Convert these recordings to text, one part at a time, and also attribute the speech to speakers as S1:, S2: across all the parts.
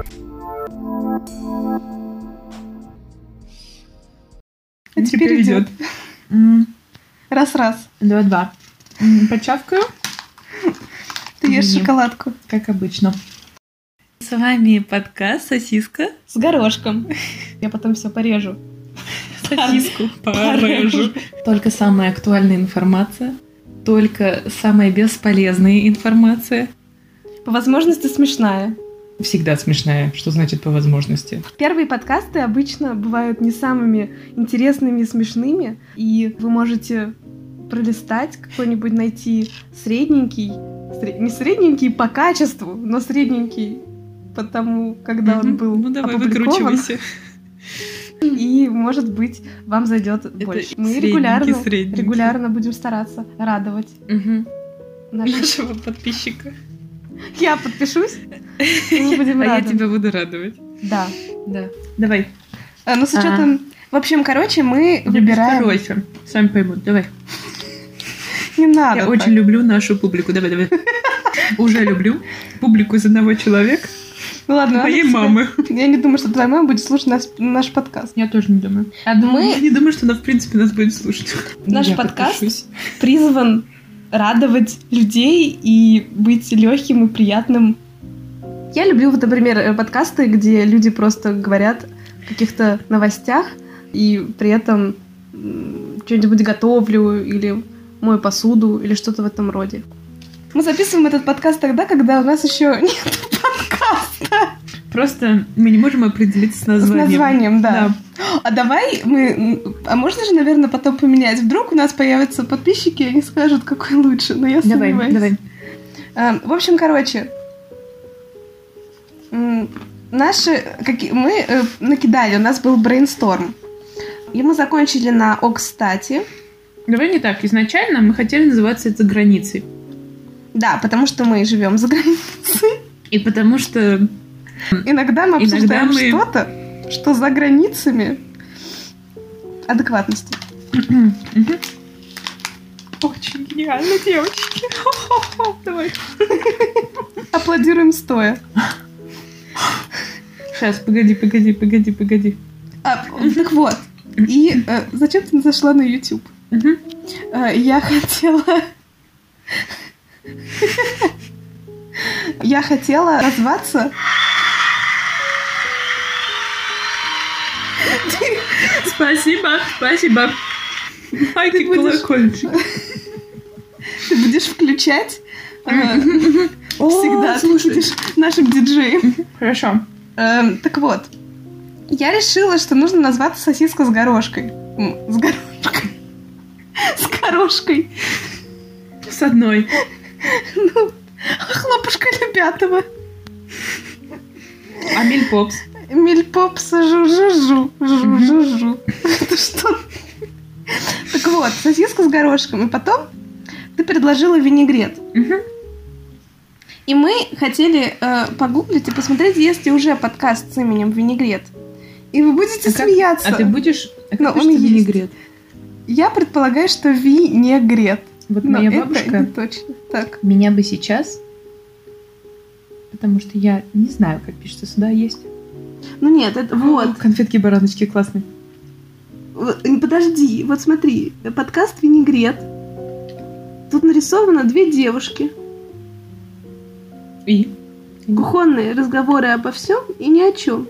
S1: А Раз-раз.
S2: Два-два. М, Почавкаю,
S1: Ты ешь
S2: Мгм.
S1: шоколадку.
S2: как обычно.
S3: С вами подкаст «Сосиска».
S1: С горошком. Я потом все порежу.
S3: Сосиску
S1: порежу.
S3: Только самая актуальная информация. Только самая бесполезная информация.
S1: По возможности смешная.
S3: Всегда смешная, что значит по возможности.
S1: Первые подкасты обычно бывают не самыми интересными и смешными, и вы можете пролистать какой-нибудь, найти средненький, сре- не средненький по качеству, но средненький потому когда он
S3: Мгм.
S1: был
S3: Ну давай,
S1: опубликован,
S3: выкручивайся.
S1: и, может быть, вам зайдет больше. Мы
S3: средненький,
S1: регулярно,
S3: средненький.
S1: регулярно будем стараться радовать
S3: Мгм.
S1: наших
S3: Нашего подписчика.
S1: Я подпишусь, и мы будем
S3: А я
S1: рады.
S3: тебя буду радовать.
S1: Да.
S3: Да. Давай.
S1: А, Ну, с учетом... В
S3: А.
S1: общем, короче, мы выбираем...
S3: Короче, сами поймут. Давай.
S1: Не надо.
S3: Я
S1: так.
S3: очень люблю нашу публику. Давай, давай. Уже люблю публику из одного человека.
S1: Ну ладно,
S3: Моей
S1: ладно,
S3: мамы.
S1: всегда. Я не думаю, что твоя мама будет слушать нас- наш подкаст.
S2: Я тоже не думаю.
S3: Ну, Я
S1: думаю-
S3: не думаю, что она, в принципе, нас будет слушать.
S1: Наш
S3: Я
S1: подкаст
S3: подпишусь.
S1: Призван радовать людей и быть легким и приятным. Я люблю, вот, например, э, подкасты, где люди просто говорят о каких-то новостях, и при этом м, что-нибудь готовлю или мою посуду, или что-то в этом роде. Мы записываем этот подкаст тогда, когда у нас еще
S3: Просто мы не можем определиться с
S1: С
S3: названием.
S1: названием, да.
S3: Да.
S1: А давай мы... м, А можно же, наверное, потом поменять? Вдруг у нас появятся подписчики, и они скажут, какой лучше. Но я
S2: Давай,
S1: сомневаюсь.
S2: давай.
S1: А, в общем, короче. м, Наши... Какие, мы э, накидали, у нас был брейнсторм. И мы закончили на «О, кстати».
S2: Давай не так. Изначально мы хотели называться это границей.
S1: Да, потому что мы живем за границей.
S2: И потому что
S1: Иногда
S2: Иногда
S1: мы обсуждаем
S2: мы-
S1: что-то, что за границами адекватности.
S2: Мгм.
S3: Очень гениально, девочки. Хо-хо-хо. Давай.
S1: Аплодируем стоя.
S3: Сейчас, погоди, погоди, погоди, погоди.
S1: А, так вот. И э, зачем ты зашла на YouTube?
S3: Мгм.
S1: Э, я хотела... Я хотела назваться...
S3: Спасибо, спасибо. Майки,
S1: Ты будешь-
S3: колокольчик.
S1: Ты будешь включать... э,
S3: Всегда
S1: Всегда ты будешь нашим диджеем.
S2: Хорошо.
S1: Эм, Так вот. Я решила, что нужно назваться сосиска с горошкой. М, С горошкой. С горошкой.
S3: С одной.
S1: Ну, хлопушка Любятова.
S3: Амель Попс.
S1: Мильпопса жу-жу-жу, жу-жу-жу. Это что? Так вот, сосиска с горошком. И потом ты предложила винегрет.
S3: Мгм.
S1: И мы хотели э, погуглить и посмотреть, есть ли уже подкаст с именем винегрет. И вы будете
S3: А как-
S1: смеяться.
S3: А ты будешь... А
S1: Но
S3: как ты
S1: он
S3: что,
S1: есть.
S3: винегрет?
S1: Я предполагаю, что винегрет.
S3: Вот
S1: Но
S3: моя
S1: это не
S3: бабушка
S1: точно. Так.
S2: Меня бы сейчас, потому что я не знаю, как пишется сюда есть.
S1: Ну нет, это вот.
S3: Конфетки-бараночки классные.
S1: Вот, э, Подожди, вот смотри, подкаст «Винегрет». Тут нарисовано две девушки.
S3: И?
S1: Кухонные разговоры обо всем и ни о чем.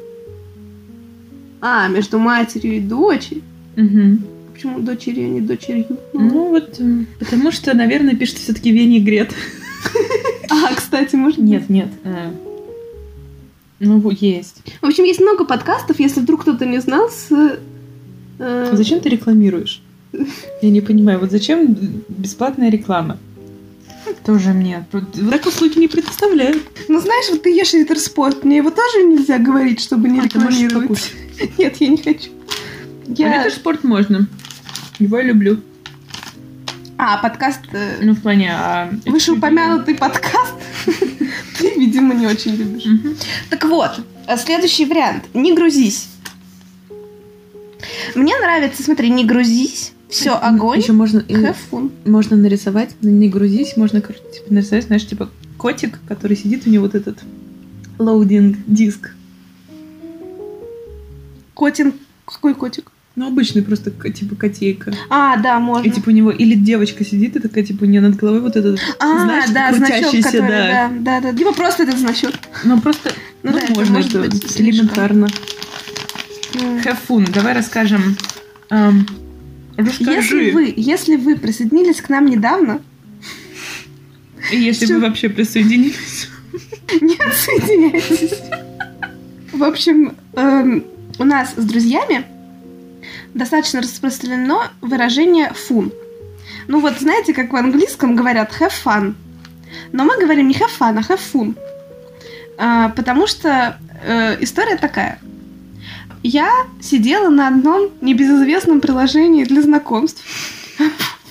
S1: А, между матерью и дочерью.
S3: Мгм.
S1: Почему дочерью, а не дочерью?
S3: Ну вот, м, потому что, наверное, пишет все-таки винегрет.
S1: А, кстати, может быть.
S2: Нет, нет. э, Ну, вот есть.
S1: В общем, есть много подкастов, если вдруг кто-то не знал, с... э,
S3: А Зачем ты рекламируешь? Я не понимаю, вот зачем бесплатная реклама?
S2: Тоже мне.
S3: Вот так услуги не предоставляют.
S1: Ну, знаешь, вот ты ешь Ритерспорт, мне его тоже нельзя говорить, чтобы не
S3: А, ты можешь
S1: рекламировать.
S3: покушать.
S1: Нет, я не хочу.
S3: А
S1: Я...
S3: мне тоже спорт можно. Его я люблю.
S1: А, подкаст... э,
S3: Ну, в плане... а,
S1: Вышеупомянутый подкаст ты, видимо, не очень любишь.
S3: Мгм.
S1: Так вот, а следующий вариант. Не грузись. Мне нравится, смотри, не грузись, все огонь,
S3: Еще можно, и
S1: have fun.
S3: можно нарисовать, но не грузись, можно короче, типа, нарисовать, знаешь, типа котик, который сидит, у него вот этот лоудинг диск.
S1: Котин, какой котик?
S3: Ну, обычный просто, к- типа, котейка.
S1: А, да, можно.
S3: И, типа, у него... Или девочка сидит и такая, типа, у нее над головой вот этот...
S1: а,
S3: знаешь,
S1: да, значок,
S3: крутящийся,
S1: который,
S3: да.
S1: да. да, да, Либо просто этот значок.
S3: Ну, просто... Ну,
S1: Ну, да, это
S3: можно,
S1: может
S3: это,
S1: быть слишком.
S3: элементарно.
S1: М.
S3: Have fun. Давай расскажем... эм, расскажи.
S1: Если вы, если вы присоединились к нам недавно,
S3: И если
S1: Всё.
S3: вы вообще присоединились.
S1: не отсоединяйтесь. В общем, эм, у нас с друзьями достаточно распространено выражение «фун». Ну вот знаете, как в английском говорят «have fun», но мы говорим не «have fun», а «have fun», А, потому что э, история такая. Я сидела на одном небезызвестном приложении для знакомств.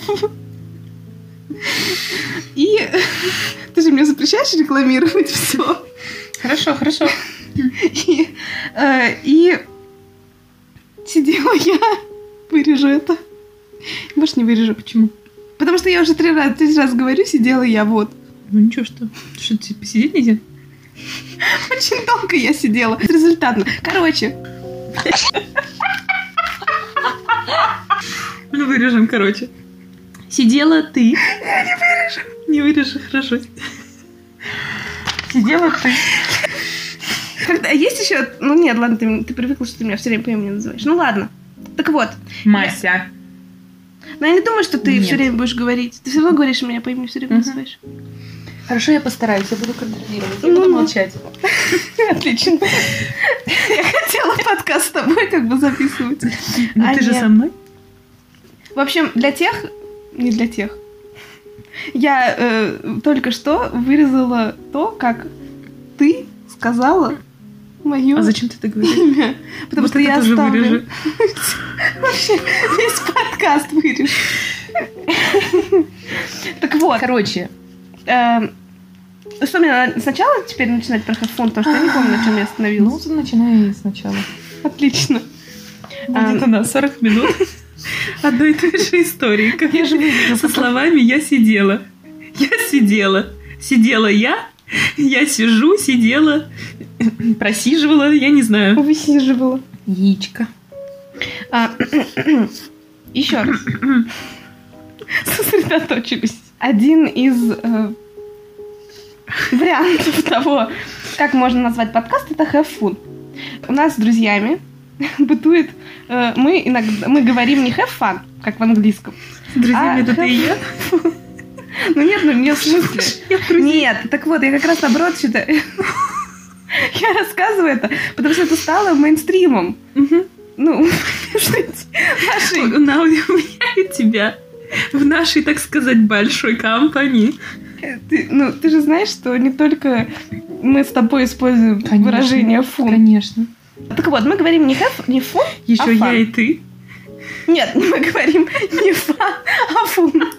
S1: И ты же мне запрещаешь рекламировать все.
S3: Хорошо, хорошо.
S1: И, э, и сидела я, вырежу это. Может, не вырежу.
S3: Почему?
S1: Потому что я уже три раз, третий раз говорю, сидела я вот.
S3: Ну, ничего, что. Что, ты посидеть нельзя?
S1: Очень долго я сидела. Результатно. Короче,
S3: Ну, вырежем, короче. Сидела ты. не вырежу. Не вырежу, хорошо. Сидела ты.
S1: когда есть еще... Ну нет, ладно, ты, ты привыкла, что ты меня все время по имени называешь. Ну ладно. Так вот,
S3: Мася.
S1: но я не думаю, что ты
S3: Нет.
S1: все время будешь говорить. Ты все равно говоришь меня по имени, все время
S3: Мгм.
S1: называешь.
S4: Хорошо, я постараюсь, я буду контролировать, я
S1: Ну,
S4: буду
S1: ну.
S4: молчать.
S1: Отлично. Я хотела подкаст с тобой как бы записывать.
S3: Ну,
S1: А
S3: ты же
S1: нет.
S3: со мной.
S1: В общем, для тех... Не для тех. Я э, только что вырезала то, как ты сказала мое
S3: А зачем ты это говоришь?
S1: имя. Потому
S3: Вот
S1: что
S3: это
S1: я
S3: тоже
S1: оставлю...
S3: вырежу.
S1: Вообще, весь подкаст вырежу. Так вот,
S4: Короче,
S1: эм, что мне надо сначала теперь начинать про хэдфон, потому что я не помню, на чем я
S4: ну,
S1: остановилась.
S4: начинай сначала.
S1: Отлично.
S3: Будет
S1: А.
S3: у нас 40 минут одной и той же истории.
S4: Я же вырежу
S3: Со
S4: потом.
S3: словами «я сидела». «Я сидела». «Сидела я». «Я сижу», «сидела». «Просиживала», я не знаю.
S1: Высиживала.
S4: Яичко.
S1: А, Еще раз. Сосредоточились. Один из э, вариантов того, как можно назвать подкаст, это have fun. У нас с друзьями бытует... э, мы иногда... Мы говорим не have fun, как в английском.
S3: Друзья,
S1: А,
S3: это ты и я.
S1: Ну нет, ну не в смысле.
S3: Я друзья.
S1: Нет, так вот, я как раз наоборот считаю... Я рассказываю это, потому что это стало мейнстримом.
S3: Мгм.
S1: Ну, нашей
S3: На у меня и тебя. В нашей, так сказать, большой компании.
S1: Ты, ну, ты же знаешь, что не только мы с тобой используем
S4: Конечно.
S1: выражение фун.
S4: Конечно. А
S1: Так вот, мы говорим не have, не фун.
S3: Еще
S1: Афан.
S3: я и ты.
S1: Нет, мы говорим не фа, а фун.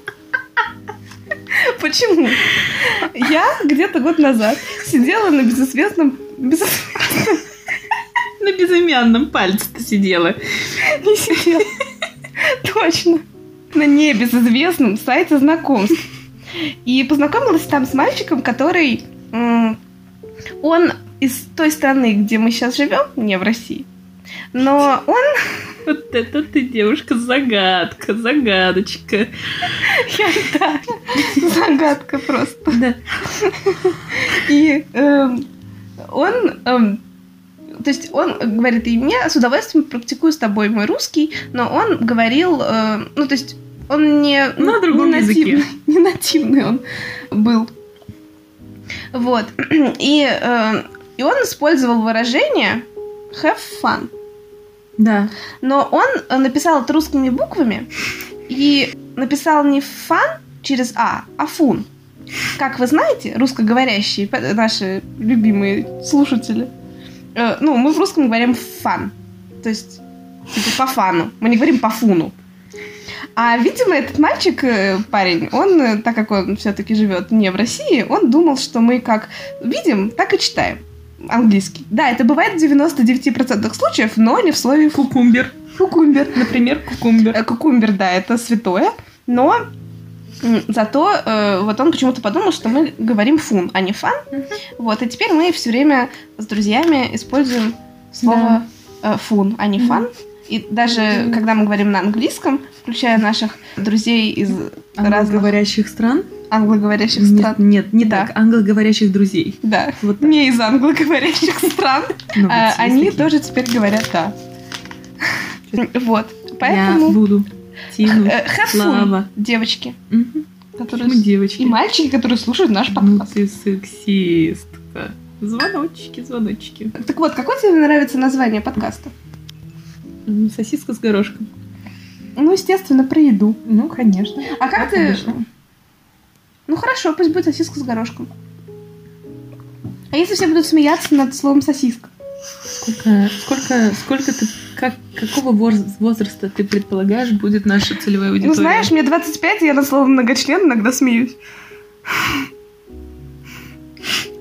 S1: Почему? Я где-то год назад сидела на безызвестном... безыс-
S3: На безымянном пальце ты сидела.
S1: Не сидела. Точно. На небезызвестном сайте знакомств. И познакомилась там с мальчиком, который... м, Он из той страны, где мы сейчас живем, не в России, но он...
S3: Вот это ты, девушка, загадка, загадочка.
S1: Я, да, загадка просто.
S3: Да.
S1: И эм, он... эм, то есть он говорит, и мне с удовольствием практикую с тобой мой русский, но он говорил, э, ну то есть он не...
S3: На другом
S1: не
S3: языке.
S1: нативный- Не нативный он был. Вот. И, э, и он использовал выражение have fun.
S4: Да.
S1: Но он э, написал это русскими буквами и написал не фан через А, а фун. Как вы знаете, русскоговорящие э, наши любимые слушатели, э, ну, мы в русском говорим фан. То есть, типа, по фану. Мы не говорим по фуну. А, видимо, этот мальчик, э, парень, он, э, так как он все-таки живет не в России, он думал, что мы как видим, так и читаем английский. Да, это бывает в 99% случаев, но не в слове фу.
S3: Кукумбер.
S1: Кукумбер.
S3: Например, кукумбер.
S1: Э, Кукумбер, да, это святое, но м, зато э, вот он почему-то подумал, что мы говорим фун, а не фан.
S4: Мгм.
S1: Вот, и теперь мы все время с друзьями используем слово э, фун, а не
S4: Мгм.
S1: фан. И даже когда мы говорим на английском, включая наших друзей из разных
S3: Разговорящих стран?
S1: англоговорящих стран.
S3: Нет, нет, не
S1: Да.
S3: так. Англоговорящих друзей.
S1: Да.
S3: Вот так.
S1: Не из англоговорящих стран.
S3: Ну, вот
S1: А,
S3: есть
S1: Они
S3: такие.
S1: тоже теперь говорят да. Вот.
S3: Я
S1: Поэтому
S3: буду тянуть.
S1: э, have fun,
S3: Слава.
S1: девочки,
S3: Мгм.
S1: которые
S3: Почему девочки?
S1: и мальчики, которые слушают наш
S3: Ну
S1: подкаст.
S3: ты сексистка. Звоночки, звоночки.
S1: Так вот, какое тебе нравится название подкаста?
S3: М, Сосиска с горошком.
S1: Ну, естественно, про еду.
S5: Ну, конечно.
S1: А как ты... Ну, хорошо, пусть будет сосиска с горошком. А если все будут смеяться над словом сосиска?
S3: Сколько, сколько, сколько ты, как, какого воз- возраста ты предполагаешь будет наша целевая аудитория?
S1: Ну, знаешь, мне 25, и я над словом многочлен иногда смеюсь.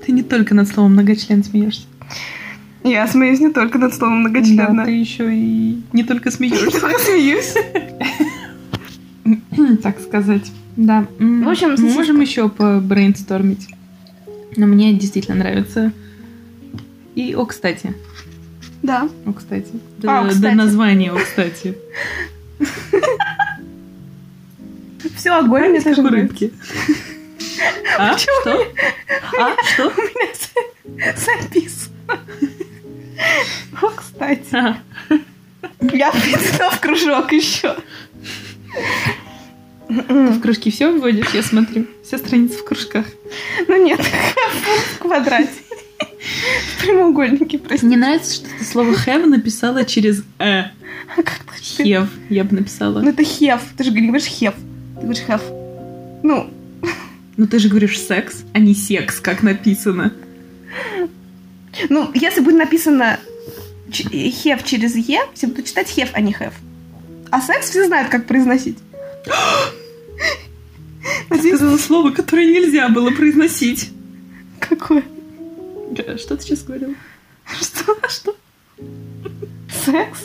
S3: ты не только над словом многочлен смеешься.
S1: Я смеюсь не только над словом
S3: Да, ты
S1: многочлен.
S3: еще и не только смеешься,
S1: смеюсь.
S3: так сказать. Да. М,
S1: В общем,
S3: мы
S1: сосиска.
S3: можем еще побрейнстормить. Но мне действительно нравится. И о, кстати.
S1: Да.
S3: О, кстати.
S1: А,
S3: Да,
S1: «О, кстати».
S3: да, название, о, кстати.
S1: Все, огонь мне
S3: Как
S1: тоже
S3: у
S1: нравится.
S3: рыбки. А, что? А, что?
S1: У меня за- записано. О, кстати.
S3: А,
S1: Я вплетена в кружок еще.
S3: В кружки все вводишь, я смотрю. Вся страница в кружках.
S1: Ну нет, в квадрате. В прямоугольнике, прости.
S3: Мне нравится, что ты слово have написала через э.
S1: А как так ты-
S3: Хев я бы написала.
S1: Ну это хев. Ты же не говоришь хев. Ты говоришь хев. Ну,
S3: Но ты же говоришь секс, а не секс, как написано.
S1: ну, если будет написано ч- хев через е, все будут читать хев, а не хев. А секс все знают, как произносить.
S3: Ты сказала слово, которое нельзя было произносить.
S1: Какое?
S3: Э, Что ты сейчас говорила?
S1: Что? Что? Секс?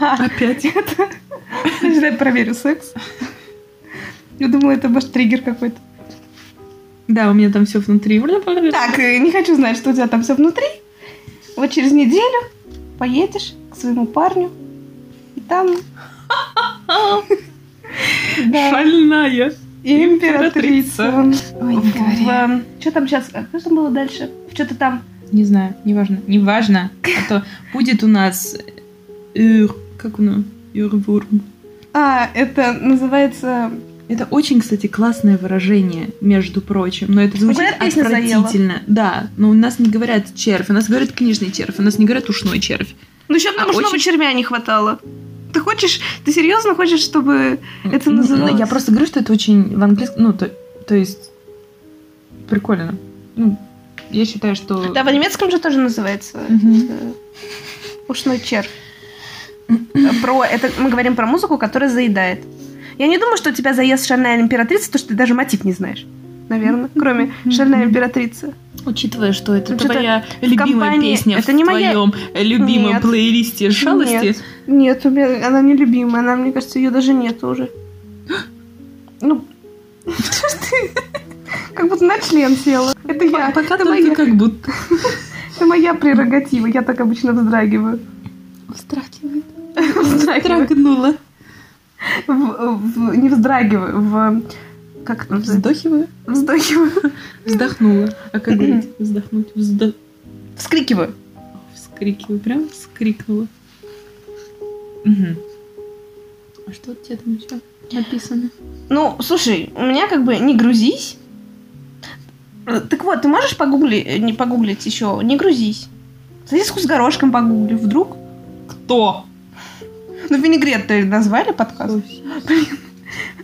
S1: А,
S3: Опять.
S1: это... Подожди, дай проверю секс. Я думала, это, может, триггер какой-то.
S3: Да, у меня там все внутри.
S1: Так, э, не хочу знать, что у тебя там все внутри. Вот через неделю поедешь к своему парню. И там... Да,
S3: А, Шальная.
S1: императрица.
S5: Ой, не говори.
S1: Что там сейчас? Что там было дальше? Что-то там...
S5: Не знаю, неважно.
S3: Неважно. А то будет у нас... э, Как оно? Юрвурм.
S1: А, это называется...
S3: Это очень, кстати, классное выражение, между прочим. Но это звучит
S1: говорят, песня заела.
S3: отвратительно. Да, но у нас не говорят червь, у нас говорят книжный червь, у нас не говорят ушной червь.
S1: Ну, еще
S3: А, очень-
S1: червя не хватало. Ты хочешь... Ты серьезно хочешь, чтобы... Это
S3: Н- н-
S1: называлось-
S3: Я просто говорю, что это очень в английском... Ну, то, то есть... Прикольно. Ну, я считаю, что...
S1: Да, по-немецкому же тоже называется
S3: Мгм.
S1: э, ушной червь. Э, Про это мы говорим про музыку, которая заедает. Я не думаю, что тебя заест шальная императрица, потому что ты даже мотив не знаешь. Наверное, кроме шальная императрица.
S3: Учитывая, что это
S1: Ну, что-то
S3: твоя любимая
S1: компании-
S3: песня
S1: это
S3: в
S1: не моя-
S3: твоем любимом
S1: Нет.
S3: плейлисте шалости,
S1: Нет. Нет, у меня она не любимая, она, мне кажется, ее даже нет уже. Ну, что ж ты? Как будто на член села. Это я.
S3: пока
S1: это,
S3: только
S1: моя,
S3: как будто...
S1: это моя прерогатива. Я так обычно вздрагиваю.
S3: Вздрагивает.
S1: Вздрагиваю.
S3: Драгнула.
S1: В- в- не вздрагиваю, в... Как это называется?
S3: Вздохиваю.
S1: Вздохиваю.
S3: Вздохнула. А как говорить? Вздохнуть. Вздох...
S1: Вскрикиваю.
S3: Вскрикиваю. Прям вскрикнула. Мгм. А что у тебя там еще написано?
S1: Ну, слушай, у меня как бы не грузись. Э, Так вот, ты можешь погуглить, э, не погуглить еще, не грузись. Сосиску с горошком погугли, вдруг.
S3: Кто?
S1: Ну, винегрет-то назвали подкаст.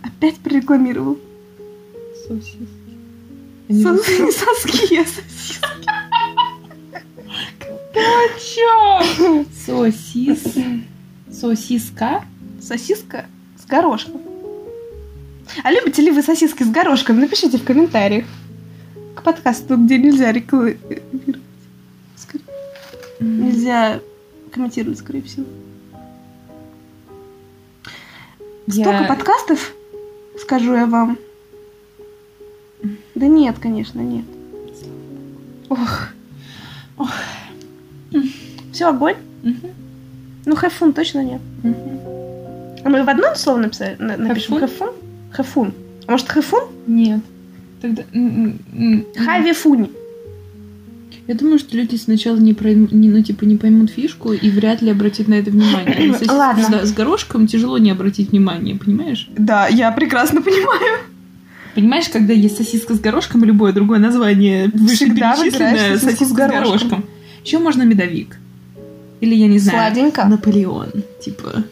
S1: Опять прорекламировал.
S3: Сосиски. Они
S1: Сос-
S3: вот-
S1: Не соски, а сосиски.
S3: Сосис. Сосиска.
S1: Сосиска с горошком. А любите ли вы сосиски с горошком? Напишите в комментариях. К подкасту, где нельзя рекламировать. Скорее- Нельзя комментировать, скорее всего.
S5: Я-
S1: Столько подкастов, скажу я вам. Да нет, конечно, нет. Ох. Все, огонь.
S3: Мгм.
S1: Ну, хэфун точно нет.
S3: Мгм.
S1: А мы в одном слово написали, на- напишем хэфун? Хэфун. А может хэфун?
S3: Нет. Тогда... м, м, м.
S1: Хавифунь.
S3: Я думаю, что люди сначала не, пройм- не, ну, типа, не поймут фишку и вряд ли обратят на это внимание. А С,
S1: Ладно.
S3: с- с горошком тяжело не обратить внимание, понимаешь?
S1: Да, я прекрасно понимаю.
S3: Понимаешь, когда есть сосиска с горошком и любое другое название
S1: Всегда
S3: вышеперечисленное,
S1: выбираешь сосиску с горошком.
S3: Еще можно медовик. Или, я не знаю, Ну,
S1: Сладенько.
S3: Наполеон. Типа,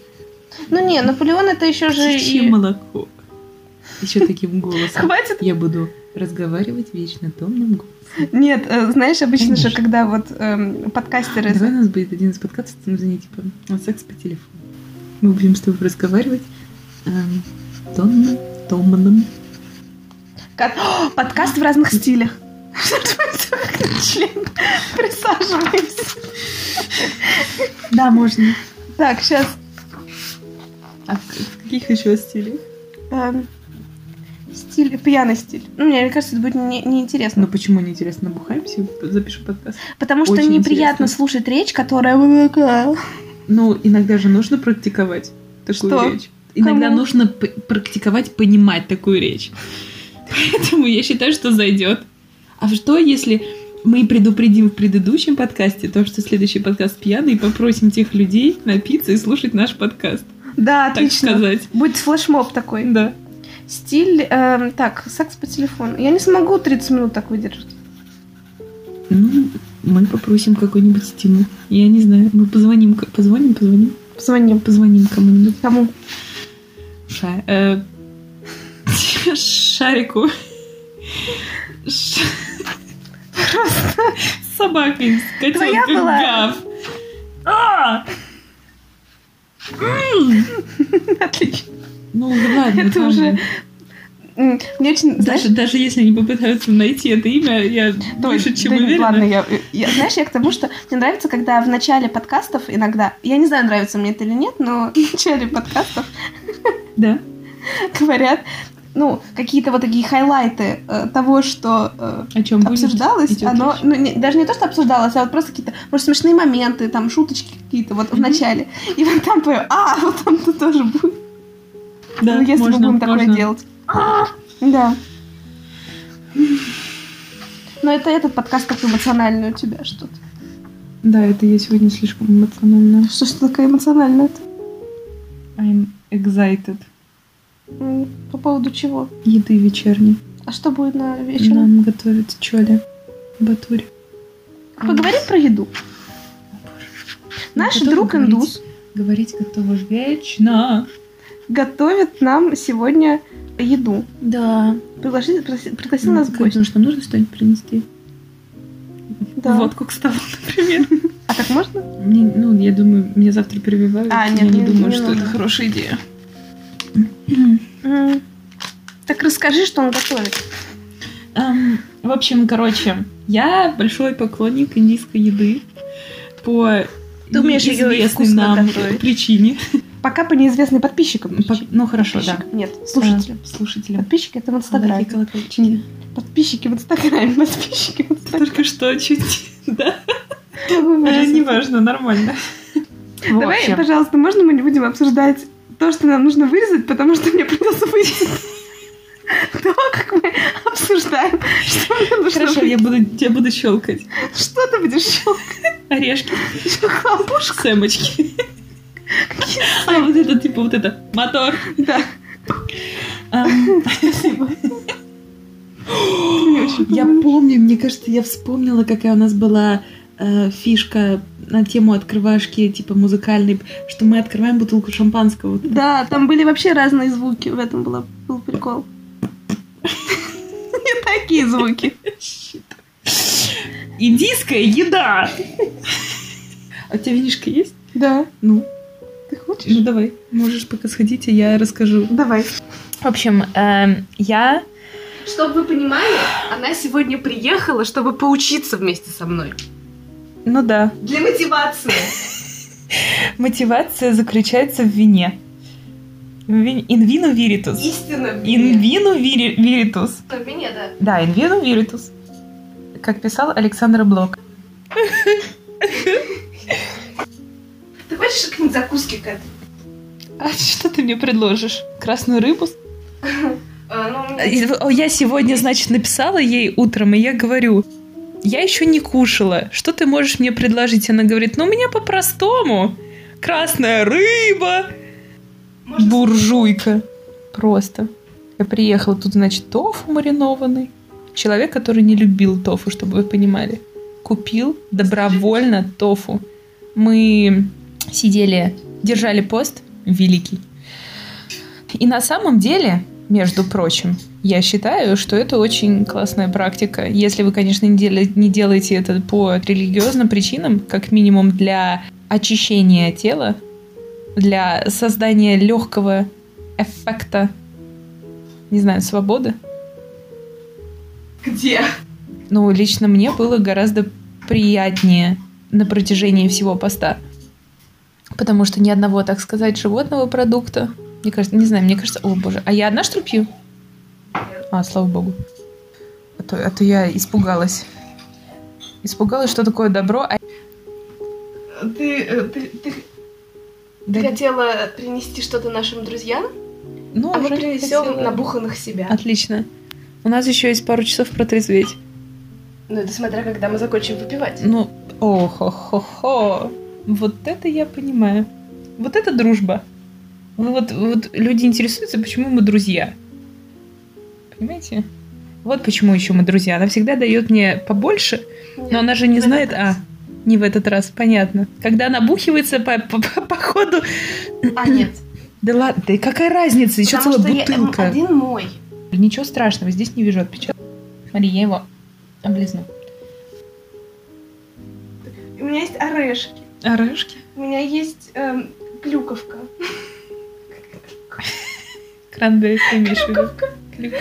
S1: Ну не, Наполеон это еще же
S3: птичье
S1: и...
S3: молоко. Еще таким голосом.
S1: Хватит.
S3: Я буду разговаривать вечно томным голосом.
S1: Нет, э, знаешь, обычно
S3: Конечно.
S1: же, когда вот эм, подкастеры...
S3: Давай у нас будет один из подкастов с названием типа «А «Секс по телефону». Мы будем с тобой разговаривать эм, томным, томным.
S1: Кат- О, подкаст в разных стилях. Член. Присаживаемся.
S3: Да, можно.
S1: Так, сейчас.
S3: А в, в каких еще стилях?
S1: эм, Стиль, пьяный стиль. Ну, мне кажется, это будет не- неинтересно.
S3: Ну почему неинтересно, набухаемся и запишу подкаст.
S1: Потому что
S3: Ну, очень
S1: неприятно
S3: интересно.
S1: слушать речь, которая... вот такая.
S3: Ну, иногда же нужно практиковать такую
S1: Что?
S3: речь. Иногда
S1: Кому?
S3: нужно п- практиковать, понимать такую речь. Поэтому я считаю, что зайдет. А что, если мы предупредим в предыдущем подкасте то, что следующий подкаст пьяный, и попросим тех людей напиться и слушать наш подкаст?
S1: Да,
S3: Так
S1: отлично.
S3: сказать.
S1: Будет флешмоб такой.
S3: Да.
S1: Стиль... эм, так, секс по телефону. Я не смогу 30 минут так выдержать.
S3: Ну, мы попросим какой-нибудь стимул. Я не знаю, мы позвоним, к- позвоним, позвоним,
S1: Позвоним.
S3: позвоним кому-нибудь.
S1: Кому?
S3: Ша- э, Шарику. Ш- С собакой, с
S1: Твоя
S3: котенком,
S1: была?
S3: гав. А! М!
S1: Отлично.
S3: Ну ладно,
S1: Это
S3: ладно.
S1: уже, М, Мне очень... знаешь,
S3: Даже, даже если они попытаются найти это имя, я больше
S1: Ой,
S3: чем
S1: да нет,
S3: уверена.
S1: Ладно, я, я- знаешь, я к тому, что мне нравится, когда в начале подкастов иногда, я не знаю, нравится мне это или нет, но в начале подкастов
S3: Да.
S1: говорят, ну, какие-то вот такие хайлайты э, того, что э,
S3: О чем будет?
S1: обсуждалось,
S3: Идет
S1: оно,
S3: речь.
S1: ну, не- даже не то, что обсуждалось, а вот просто какие-то, может, смешные моменты, там, шуточки какие-то вот в
S3: Мгм.
S1: начале. И вот там твое, а, вот там-то тоже будет,
S3: Да,
S1: Ну, если
S3: можно,
S1: мы будем такое
S3: можно.
S1: делать. Да. Но это этот подкаст как эмоциональный у тебя что-то. Ну,
S3: Да, это я сегодня слишком эмоционально.
S1: Что ж ты такая эмоциональная?
S3: I'm excited.
S1: ну, По поводу чего?
S3: Еды вечерней.
S1: А что будет на вечером?
S3: Нам готовит Чоля Батури.
S1: Поговорим про еду. Наш
S3: Готовы
S1: друг
S3: говорить?
S1: индус
S3: Говорить готова вечно.
S1: готовит нам сегодня еду.
S3: Да.
S1: Приглаши- проси- пригласил нас в гости.
S3: Потому что Ну, нам нужно что-нибудь принести.
S1: Да.
S3: Водку к столу, например.
S1: А так можно?
S3: Мне, ну, я думаю, меня завтра прививают.
S1: А,
S3: я
S1: нет,
S3: ну, не,
S1: не-
S3: думаю,
S1: не
S3: что
S1: надо.
S3: это хорошая идея.
S1: М. Так расскажи, что он готовит.
S3: Эм, в общем, короче, я большой поклонник индийской еды по
S1: Ты умеешь её
S3: неизвестной
S1: вкусно
S3: Ну, нам
S1: готовить.
S3: причине.
S1: Пока по неизвестным подписчикам.
S3: По- ну хорошо, да.
S1: Подписчикам. Нет, слушателям.
S3: Да, слушателям.
S1: Подписчики это в
S3: Такие
S1: Инстаграме.
S3: колокольчики.
S1: Подписчики в Инстаграме. Подписчики в Инстаграме.
S3: Только что чуть... Да,
S1: Ужас.
S3: неважно, нормально. В
S1: Давай,
S3: общем,
S1: пожалуйста, можно мы не будем обсуждать то, что нам нужно вырезать, потому что мне придется вырезать то, как мы обсуждаем, что мне нужно
S3: Хорошо,
S1: вырезать.
S3: я буду, я буду щелкать.
S1: Что ты будешь щелкать?
S3: Орешки,
S1: Хлопушка?
S3: сэмочки. А вот это, типа, вот это, мотор.
S1: Да.
S3: Ам, Я помню, мне кажется, я вспомнила, какая у нас была э, фишка на тему открывашки, типа музыкальной, что мы открываем бутылку шампанского. Вот это.
S1: Да, там были вообще разные звуки, в этом было- был прикол. Не такие звуки.
S3: Индийская еда! А у тебя винишка есть?
S1: Да.
S3: Ну,
S1: Ты хочешь?
S3: ну давай, можешь пока сходить, а я расскажу.
S1: Давай.
S3: В общем, эм, я...
S1: Чтобы вы понимали, она сегодня приехала, чтобы поучиться вместе со мной.
S3: Ну да,
S1: Для мотивации.
S3: мотивация заключается в вине. Инвину виритус.
S1: Истинно.
S3: виритус.
S1: меня, да.
S3: Да, инвену виритус. Как писал Александр Блок.
S1: Ты хочешь
S6: хочешь какие-нибудь закуски к этому?
S3: А что ты мне предложишь? Красную рыбу?
S1: А,
S6: Э, ну,
S3: Я сегодня, значит, написала ей утром, и я говорю, я еще не кушала, что ты можешь мне предложить? Она говорит, ну, у меня по-простому. Красная рыба,
S6: может,
S3: буржуйка. Просто. Я приехала, тут, значит, тофу маринованный. Человек, который не любил тофу, чтобы вы понимали. Купил добровольно тофу. Мы сидели, держали пост великий. И на самом деле, между прочим, я считаю, что это очень классная практика. Если вы, конечно, не, дели- не делаете это по религиозным причинам, как минимум для очищения тела, для создания легкого эффекта, не знаю, свободы.
S6: где?
S3: Ну, лично мне было гораздо приятнее на протяжении всего поста. Потому что ни одного, так сказать, животного продукта. Мне кажется, не знаю, мне кажется, о боже, а я одна что ли, пью? А, слава богу. А то, а то я испугалась. Испугалась, что такое добро. а-
S6: Ты, э, ты, ты, ты
S3: да-
S6: хотела принести что-то нашим друзьям,
S3: ну,
S6: а мы
S3: уже
S6: принесем
S3: хотела. А-
S6: набуханных себя.
S3: Отлично. У нас еще есть пару часов протрезветь.
S6: Ну, это смотря, когда мы закончим выпивать.
S3: Ну, о хо хо хо Вот это я понимаю. Вот это дружба. Ну Вот, вот люди интересуются, почему мы друзья. Понимаете? Вот почему еще мы друзья. Она всегда дает мне побольше, но она же не
S6: в этот
S3: знает, а,
S6: раз.
S3: не в этот раз, понятно. Когда она бухивается по, по- по- по ходу...
S6: А, нет.
S3: Да ладно, да и какая разница, еще
S6: Потому
S3: целая
S6: что я- м,
S3: бутылка.
S6: один мой.
S3: Ничего страшного, здесь не вижу отпечатка. Смотри, я его облизну.
S6: У меня есть орешки.
S3: Орешки?
S6: У меня есть эм, клюковка.
S3: Крандерис, ты имеешь в виду? Клюк.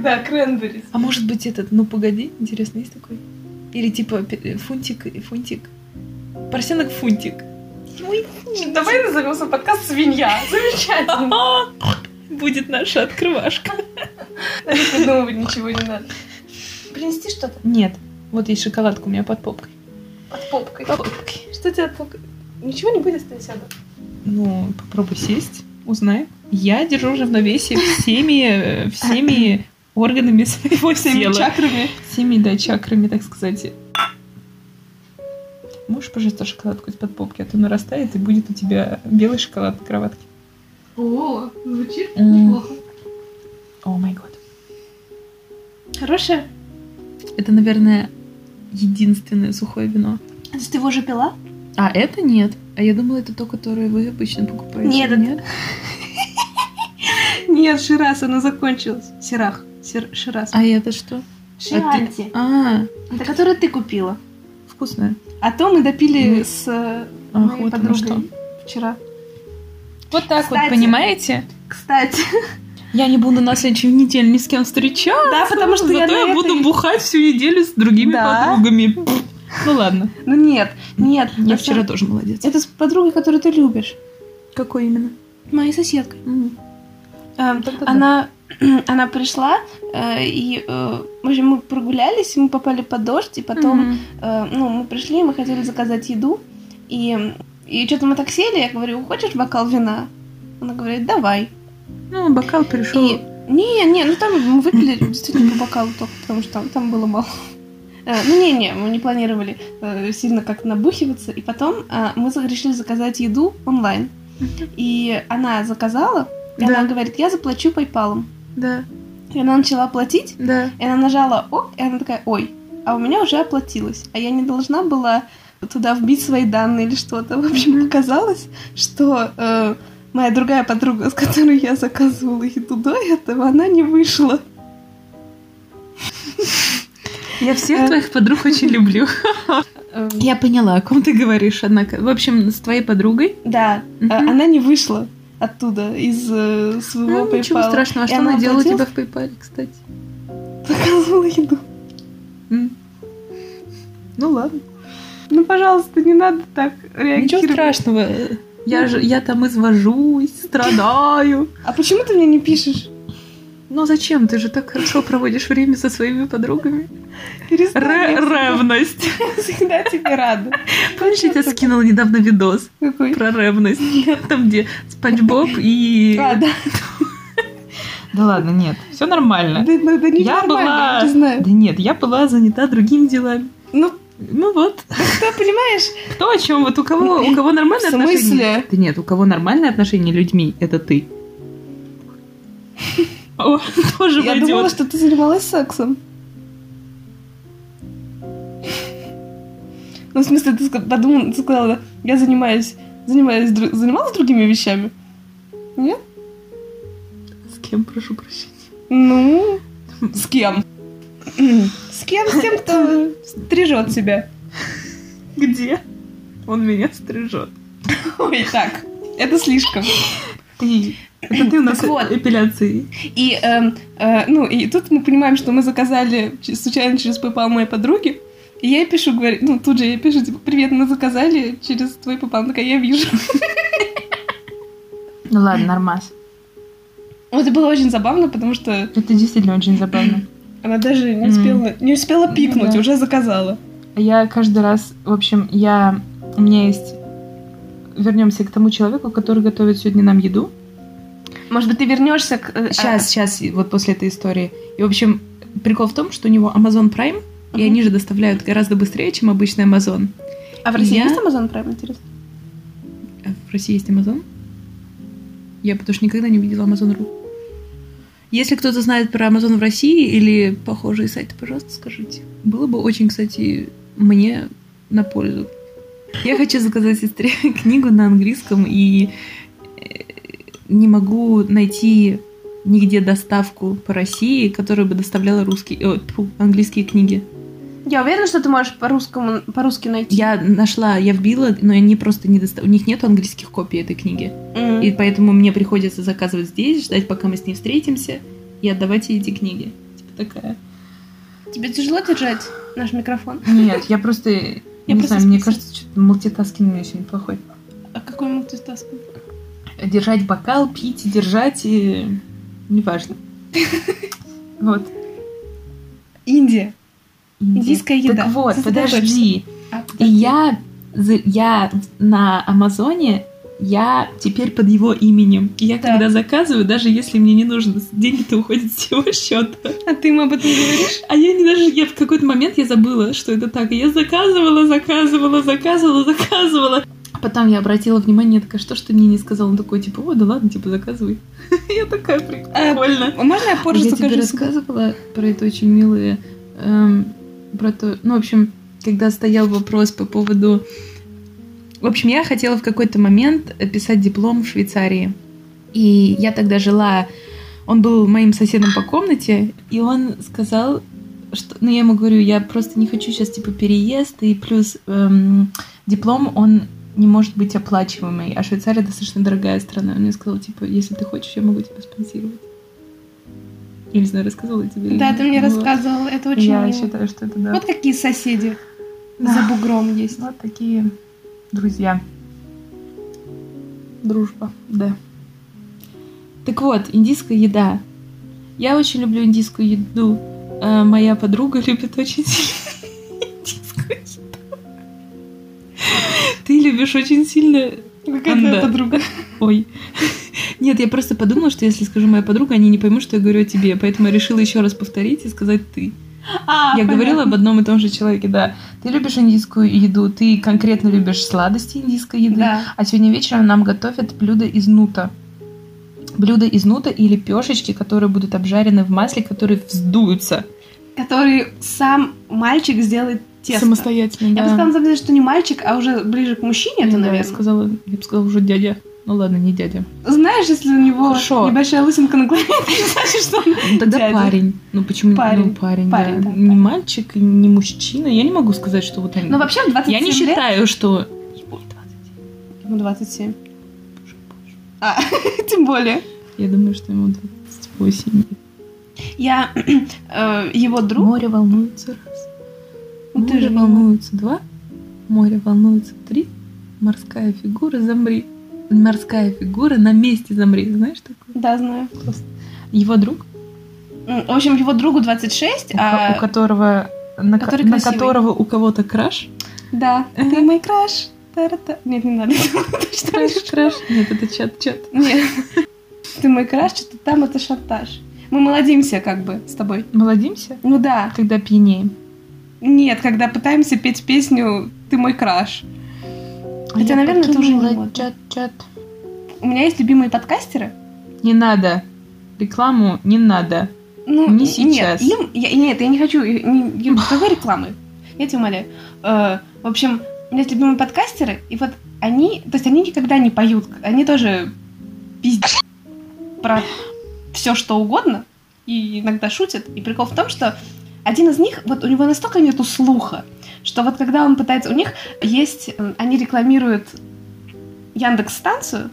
S6: Да, кренберис.
S3: А может быть этот, ну погоди, интересно, есть такой? Или типа пе- фунтик, фунтик, поросенок фунтик. Ой,
S6: Давай назовем свой подкаст «Свинья». Замечательно.
S3: будет наша открывашка.
S6: Даже придумывать ничего не надо. Принести что-то
S3: Нет, вот есть шоколадка у меня под попкой.
S6: под попкой.
S3: попкой.
S6: Что тебе от попкой? Ничего не будет, останься одна.
S3: Ну, попробуй сесть, узнай. Я держу равновесие всеми, э, всеми органами своего
S7: Всеми
S3: тела. чакрами. Всеми, да, чакрами, так сказать. Можешь, пожалуйста, шоколадку из-под попки, а то нарастает и будет у тебя белый шоколад в кроватке.
S6: О, звучит
S3: М.
S6: неплохо.
S3: О май год. Хорошее? Это, наверное, единственное сухое вино.
S6: То есть ты его уже пила?
S3: А это нет. А я думала, это то, которое вы обычно покупаете.
S6: Нет, это-
S3: нет?
S1: Нет, Ширас, оно закончилось. Сирах. Сир- Ширас.
S3: А это что?
S6: Шианти.
S3: А,
S6: Это которое ты купила.
S3: вкусное.
S1: А то мы допили
S3: Мы-
S1: с э,
S3: Ах,
S1: моей
S3: вот оно
S1: подругой
S3: что.
S1: вчера.
S3: Вот так
S1: Кстати.
S3: вот, понимаете?
S1: Кстати,
S3: Я не буду на следующей неделе ни с кем встречаться,
S1: да, потому что я
S3: зато я,
S1: на
S3: буду
S1: этой-
S3: бухать всю неделю с другими
S1: Да.
S3: подругами. Ну ладно,
S1: Ну нет, нет.
S3: я
S1: на
S3: вчера
S1: самом-
S3: тоже молодец.
S1: Это с подругой, которую ты любишь.
S3: Какой именно?
S1: Моей соседкой. Эм,
S3: Да-да-да.
S1: она, она пришла, э, и, э, в общем, мы прогулялись, мы попали под дождь, и потом, э, ну, мы пришли, мы хотели заказать еду, и, и что-то мы так сели, я говорю, хочешь бокал вина? Она говорит, давай.
S3: Ну, бокал пришел.
S1: И, не, не, ну там мы выпили действительно по бокалу только, потому что там, там было мало. Э, Ну, не-не, мы не планировали э, сильно как-то набухиваться. И потом э, мы за- решили заказать еду онлайн. И она заказала, и
S3: Да.
S1: она говорит, я заплачу PayPal.
S3: Да,
S1: И она начала платить,
S3: да.
S1: и она нажала ок, и она такая, ой, а у меня уже оплатилось. А я не должна была туда вбить свои данные или что-то. В общем, оказалось, что э, моя другая подруга, с которой я заказывала еду до этого, она не вышла.
S3: Я всех твоих подруг очень люблю.
S1: Э,
S3: Я поняла, о ком ты говоришь, однако. В общем, с твоей подругой.
S1: Да, э,
S3: Мгм.
S1: она не вышла оттуда из э, своего
S3: Ну, ничего
S1: PayPal.
S3: страшного. А
S1: И
S3: что она делала у
S1: оплатила,
S3: тебя в PayPal, кстати?
S1: Заказывала еду.
S3: М. Ну ладно.
S1: Ну, пожалуйста, не надо так реагировать.
S3: Ничего страшного. Я же я там извожусь, страдаю.
S1: А почему ты мне не пишешь?
S3: Ну зачем? Ты же так хорошо проводишь время со своими подругами.
S1: Перестань, я
S7: Ре-
S1: всегда-
S7: Ревность.
S1: Всегда тебе рада.
S7: Помнишь, я тебе скинула недавно видос
S1: Какой?
S7: про ревность? Там, где Спанч Боб и...
S1: А, да.
S7: Да ладно, нет, все нормально.
S1: Да, ну, да не
S7: Я
S1: нормально,
S7: была...
S1: я знаю.
S7: Да нет, я была занята другими делами.
S1: Ну,
S7: Ну вот,
S1: ты понимаешь,
S7: кто о чем? Вот у кого, у кого
S1: в
S7: нормальные отношения?
S1: смысле?
S7: Да нет, у кого нормальные отношения людьми, это ты. О, тоже
S1: Я думала,
S7: пойдет.
S1: что ты занималась сексом. Ну, в смысле, ты ска- подумала, ты сказала, я занимаюсь, занимаюсь, дру- занималась другими вещами?
S7: С кем, прошу прощения?
S1: Ну, с кем? С кем? С тем, кто стрижет себя.
S7: Где? Он меня стрижет.
S1: Ой, так, это слишком.
S7: Эй, Это ты у нас
S1: Так вот.
S7: эпиляции.
S1: И, эм, э, ну, и тут мы понимаем, что мы заказали ч- случайно через PayPal моей подруги. И я ей пишу, говорю, ну, тут же я ей пишу, типа, привет, мы заказали через твой PayPal. Она такая, я вижу.
S3: Ну ладно, нормас.
S1: Вот это было очень забавно, потому что
S3: Это действительно очень забавно.
S1: она даже не
S3: Мгм.
S1: успела, не успела пикнуть,
S3: да.
S1: уже заказала.
S3: Я каждый раз, в общем, я... У меня есть... Вернемся к тому человеку, который готовит сегодня нам еду.
S1: Может быть, ты вернешься к... э, а,
S3: Сейчас, сейчас, вот после этой истории. И, в общем, прикол в том, что у него Amazon Prime, и
S1: Мгм.
S3: они же доставляют гораздо быстрее, чем обычный Amazon.
S1: А в
S3: России
S1: России
S3: я- есть
S1: есть Amazon Prime, интересно?
S3: А В России есть Amazon? Я потому что никогда не видела Amazon.ru. Если кто-то знает про Amazon в России или похожие сайты, пожалуйста, скажите. Было бы очень, кстати, мне на пользу. Я хочу заказать сестре книгу на английском и э, не могу найти нигде доставку по России, которая бы доставляла русские, о, тьфу, английские книги.
S1: Я уверена, что ты можешь по-русскому, по-русски найти.
S3: Я нашла, я вбила, но они просто не доста... У них нет английских копий этой книги.
S1: М.
S3: И поэтому мне приходится заказывать здесь, ждать, пока мы с ней встретимся, и отдавать ей эти книги. Типа такая.
S1: Тебе тяжело держать наш микрофон?
S3: Нет, я просто... Я
S1: не знаю, мне кажется,
S3: что мультитаскинг у меня сегодня плохой.
S1: А какой мультитаскинг?
S3: Держать бокал, пить, держать, и... неважно. Вот.
S1: Индия. Индийская
S3: Индийская
S1: еда.
S3: Так вот,
S1: Сосредоточься.
S3: подожди.
S1: А,
S3: И я, за- я на Амазоне, я теперь под его именем. И я
S1: Да.
S3: когда заказываю, даже если мне не нужно, деньги-то уходят с его счета.
S1: А ты им об этом говоришь?
S3: А я не даже, я в какой-то момент я забыла, что это так. И я заказывала, заказывала, заказывала, заказывала. А Потом я обратила внимание, я такая, что ж ты мне не сказал? Он такой, типа, о, да ладно, типа, заказывай. Я такая, прикольно.
S1: А Можно я позже
S3: я тебе
S1: закажу? себе?
S3: рассказывала про это очень милые, эм, про то, ну, в общем, когда стоял вопрос по поводу... В общем, я хотела в какой-то момент писать диплом в Швейцарии. И я тогда жила... Он был моим соседом по комнате, и он сказал, что... Ну, я ему говорю, я просто не хочу сейчас, типа, переезд, и плюс эм, диплом, он не может быть оплачиваемый, а Швейцария достаточно дорогая страна. Он мне сказал, типа, если ты хочешь, я могу тебя спонсировать. Я не знаю, рассказывала я тебе. или
S1: Да,
S3: нет.
S1: ты мне
S3: Вот.
S1: рассказывала, это очень
S3: Я
S1: мило.
S3: считаю, что это да.
S1: Вот какие соседи
S3: Да.
S1: за бугром есть.
S3: Ну, Вот такие друзья. Дружба, да. Так вот, индийская еда. Я очень люблю индийскую еду. А моя подруга любит очень сильно индийскую еду. Ты любишь очень сильно...
S1: Какая
S3: Анда.
S1: твоя подруга?
S3: Ой. Нет, я просто подумала, что если скажу моя подруга, они не поймут, что я говорю о тебе. Поэтому я решила еще раз повторить и сказать ты.
S1: А,
S3: Я
S1: понятно.
S3: говорила об одном и том же человеке, да. Ты любишь индийскую еду, ты конкретно любишь сладости индийской еды.
S1: Да.
S3: А сегодня вечером нам готовят блюдо из нута. Блюдо из нута и лепешечки, которые будут обжарены в масле, которые вздуются.
S1: Который сам мальчик сделает тесто.
S3: Самостоятельно,
S1: Я
S3: да.
S1: бы сказала, на самом деле, что не мальчик, а уже ближе к мужчине это,
S3: Да, я
S1: наверное.
S3: сказала, я бы сказала уже дядя. Ну ладно, не дядя.
S1: Знаешь, если у него
S3: Хорошо.
S1: небольшая лысинка на голове, это не значит, что он...
S3: Ну, тогда
S1: Дядя.
S3: парень. Ну почему
S1: Парень.
S3: Ну, парень,
S1: Парень,
S3: да.
S1: да,
S3: Не
S1: парень.
S3: мальчик, не мужчина. Я не могу сказать, что вот они.
S1: Ну, вообще, в 27
S3: я не
S1: лет...
S3: считаю, что. Ему не 29.
S1: Ему 27. А, тем более.
S3: Я думаю, что ему 28.
S1: Я... э, его друг...
S3: Море волнуется раз.
S1: Ну, ты
S3: море
S1: же
S3: волнуется два. Море волнуется три. Морская фигура замри. Морская фигура на месте замри. Знаешь такое?
S1: Да, знаю.
S3: Его друг
S1: В общем, его другу 26,
S3: У, ко-
S1: а...
S3: у которого на, ко-
S1: который
S3: на
S1: красивый.
S3: которого у кого-то краш?
S1: Да, ты мой краш. Та-ра-та. Нет, не надо. Ты что,
S3: Краш, краш. Нет, это чат, чат.
S1: Нет. Ты мой краш, что-то там это шантаж. Мы молодимся как бы с тобой.
S3: Молодимся,
S1: Ну да.
S3: когда пьянеем.
S1: Нет, когда пытаемся петь песню «Ты мой краш». Хотя,
S3: Я
S1: наверное, это уже не
S3: покинула
S1: модно.
S3: чат, чат.
S1: У меня есть любимые подкастеры.
S3: Не надо. Рекламу не надо.
S1: Ну,
S3: Не
S1: н-
S3: сейчас.
S1: Нет, им- я, нет, я не хочу и- ни- им никакой рекламы. Я тебя умоляю. Э, в общем, у меня есть любимые подкастеры, и вот они, то есть они никогда не поют, они тоже пиздят про все что угодно, и иногда шутят. И прикол в том, что один из них, вот у него настолько нету слуха, что вот когда он пытается, у них есть, м, они рекламируют Яндекс станцию,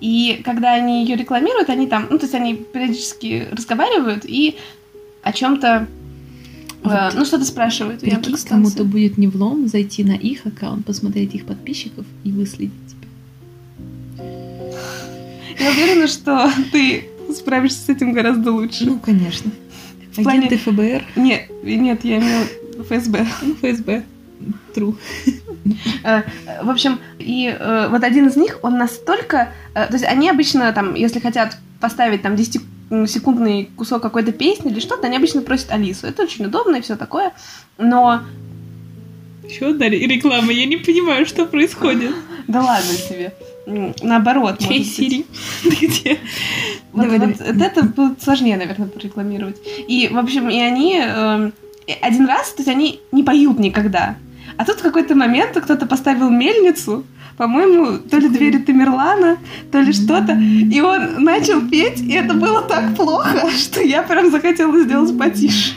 S1: и когда они ее рекламируют, они там, ну то есть они периодически разговаривают и о чем-то,
S3: Вот.
S1: ну что-то спрашивают. у
S3: Прикинь,
S1: Яндекс-станции.
S3: кому-то будет не влом зайти на их аккаунт, посмотреть их подписчиков и выследить тебя.
S1: Я уверена, что ты справишься с этим гораздо лучше.
S3: Ну, конечно.
S1: В плане-
S3: Агенты ФБР,
S1: Нет, нет, я имела ФСБ.
S3: ну, ФСБ. Тру.
S1: В общем, и э, вот один из них, он настолько... э, то есть они обычно там, если хотят поставить там 10-секундный кусок какой-то песни или что-то, они обычно просят Алису. Это очень удобно и все такое. Но
S3: Еще одна ре- реклама. Я не понимаю, что происходит.
S1: да ладно тебе. М, Наоборот, может
S3: Эй,
S1: быть.
S3: Сири, ты где?
S1: Вот,
S3: Давай,
S1: вот
S3: давай.
S1: вот это будет сложнее, наверное, прорекламировать. И, в общем, и они эм, и один раз, то есть они не поют никогда. А тут в какой-то момент кто-то поставил мельницу, по-моему, то ли двери Тамерлана, то ли что-то. И он начал петь, и это было так плохо, что я прям захотела сделать потише.